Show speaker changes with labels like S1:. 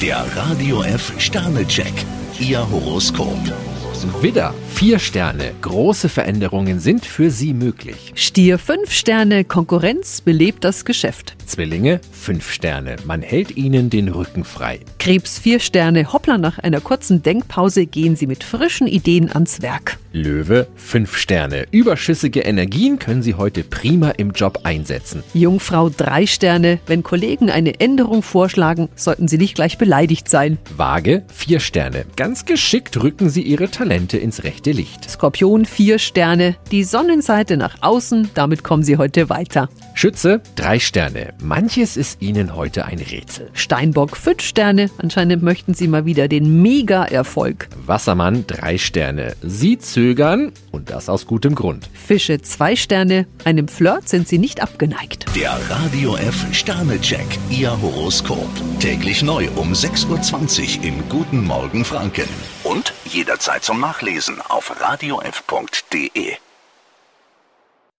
S1: Der Radio F Sternecheck. Ihr Horoskop.
S2: Widder, vier Sterne. Große Veränderungen sind für Sie möglich.
S3: Stier 5 Sterne, Konkurrenz belebt das Geschäft.
S2: Zwillinge, fünf Sterne. Man hält Ihnen den Rücken frei.
S3: Krebs 4 Sterne, hoppla, nach einer kurzen Denkpause gehen Sie mit frischen Ideen ans Werk.
S2: Löwe, fünf Sterne. Überschüssige Energien können Sie heute prima im Job einsetzen.
S3: Jungfrau 3 Sterne, wenn Kollegen eine Änderung vorschlagen, sollten Sie nicht gleich beleidigt sein.
S2: Waage, vier Sterne. Ganz geschickt rücken Sie Ihre Talente ins rechte Licht.
S3: Skorpion 4 Sterne, die Sonnenseite nach außen, damit kommen Sie heute weiter.
S2: Schütze, drei Sterne. Manches ist Ihnen heute ein Rätsel.
S3: Steinbock 5 Sterne, anscheinend möchten Sie mal wieder den Mega-Erfolg.
S2: Wassermann, drei Sterne. Sie zögern und das aus gutem Grund.
S3: Fische 2 Sterne, einem Flirt sind Sie nicht abgeneigt.
S1: Der Radio F Sternecheck. Ihr Horoskop. Täglich neu um 6.20 Uhr im Guten Morgen Franken. Und jederzeit zum Nachlesen auf radiof.de.